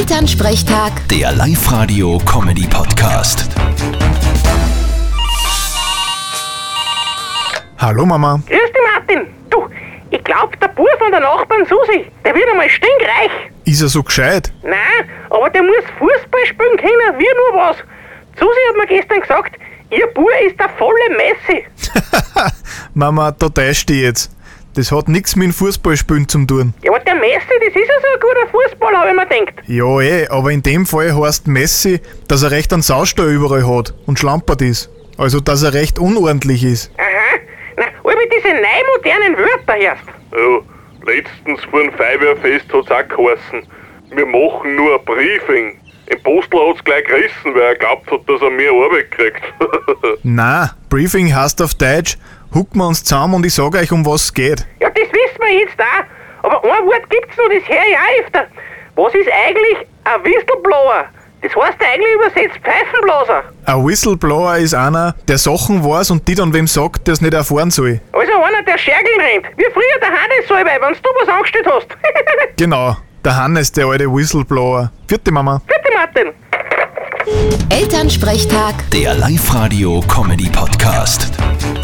Elternsprechtag, Der Live-Radio-Comedy-Podcast. Hallo Mama. Grüß dich, Martin. Du, ich glaub, der Bub von der Nachbarn Susi, der wird einmal stinkreich. Ist er so gescheit? Nein, aber der muss Fußball spielen können, wie nur was. Susi hat mir gestern gesagt, ihr Bub ist der volle Messi. Mama, da täuscht dich jetzt. Das hat nix mit dem Fußballspielen zu tun. Ja, aber der Messi, das ist ja so ein guter Fußballer, habe ich mir gedacht. Ja eh, aber in dem Fall heißt Messi, dass er recht einen Saustall überall hat und schlampert ist. Also, dass er recht unordentlich ist. Aha, na, ob ich diese neu modernen Wörter hörst. Ja, Äh, letztens vor dem Feuerwehrfest hat's auch geheißen, wir machen nur ein Briefing. Im Postler hat's gleich gerissen, weil er glaubt hat, dass er mehr Arbeit kriegt. Na, Briefing heißt auf Deutsch, hucken wir uns zusammen und ich sag euch, um was es geht. Ja, das wissen wir jetzt auch. Aber ein Wort gibt's noch, das höre ich auch öfter. Was ist eigentlich ein Whistleblower? Das heißt eigentlich übersetzt Pfeifenblaser. Ein Whistleblower ist einer, der Sachen weiß und die dann wem sagt, der's nicht erfahren soll. Also einer, der Schergeln rennt. Wie früher der Hannes Salbei, wenn du was angestellt hast. Bitte, Genau, der Hannes, der alte Whistleblower. Vierte Mama. Martin. Elternsprechtag. Der Live-Radio-Comedy-Podcast.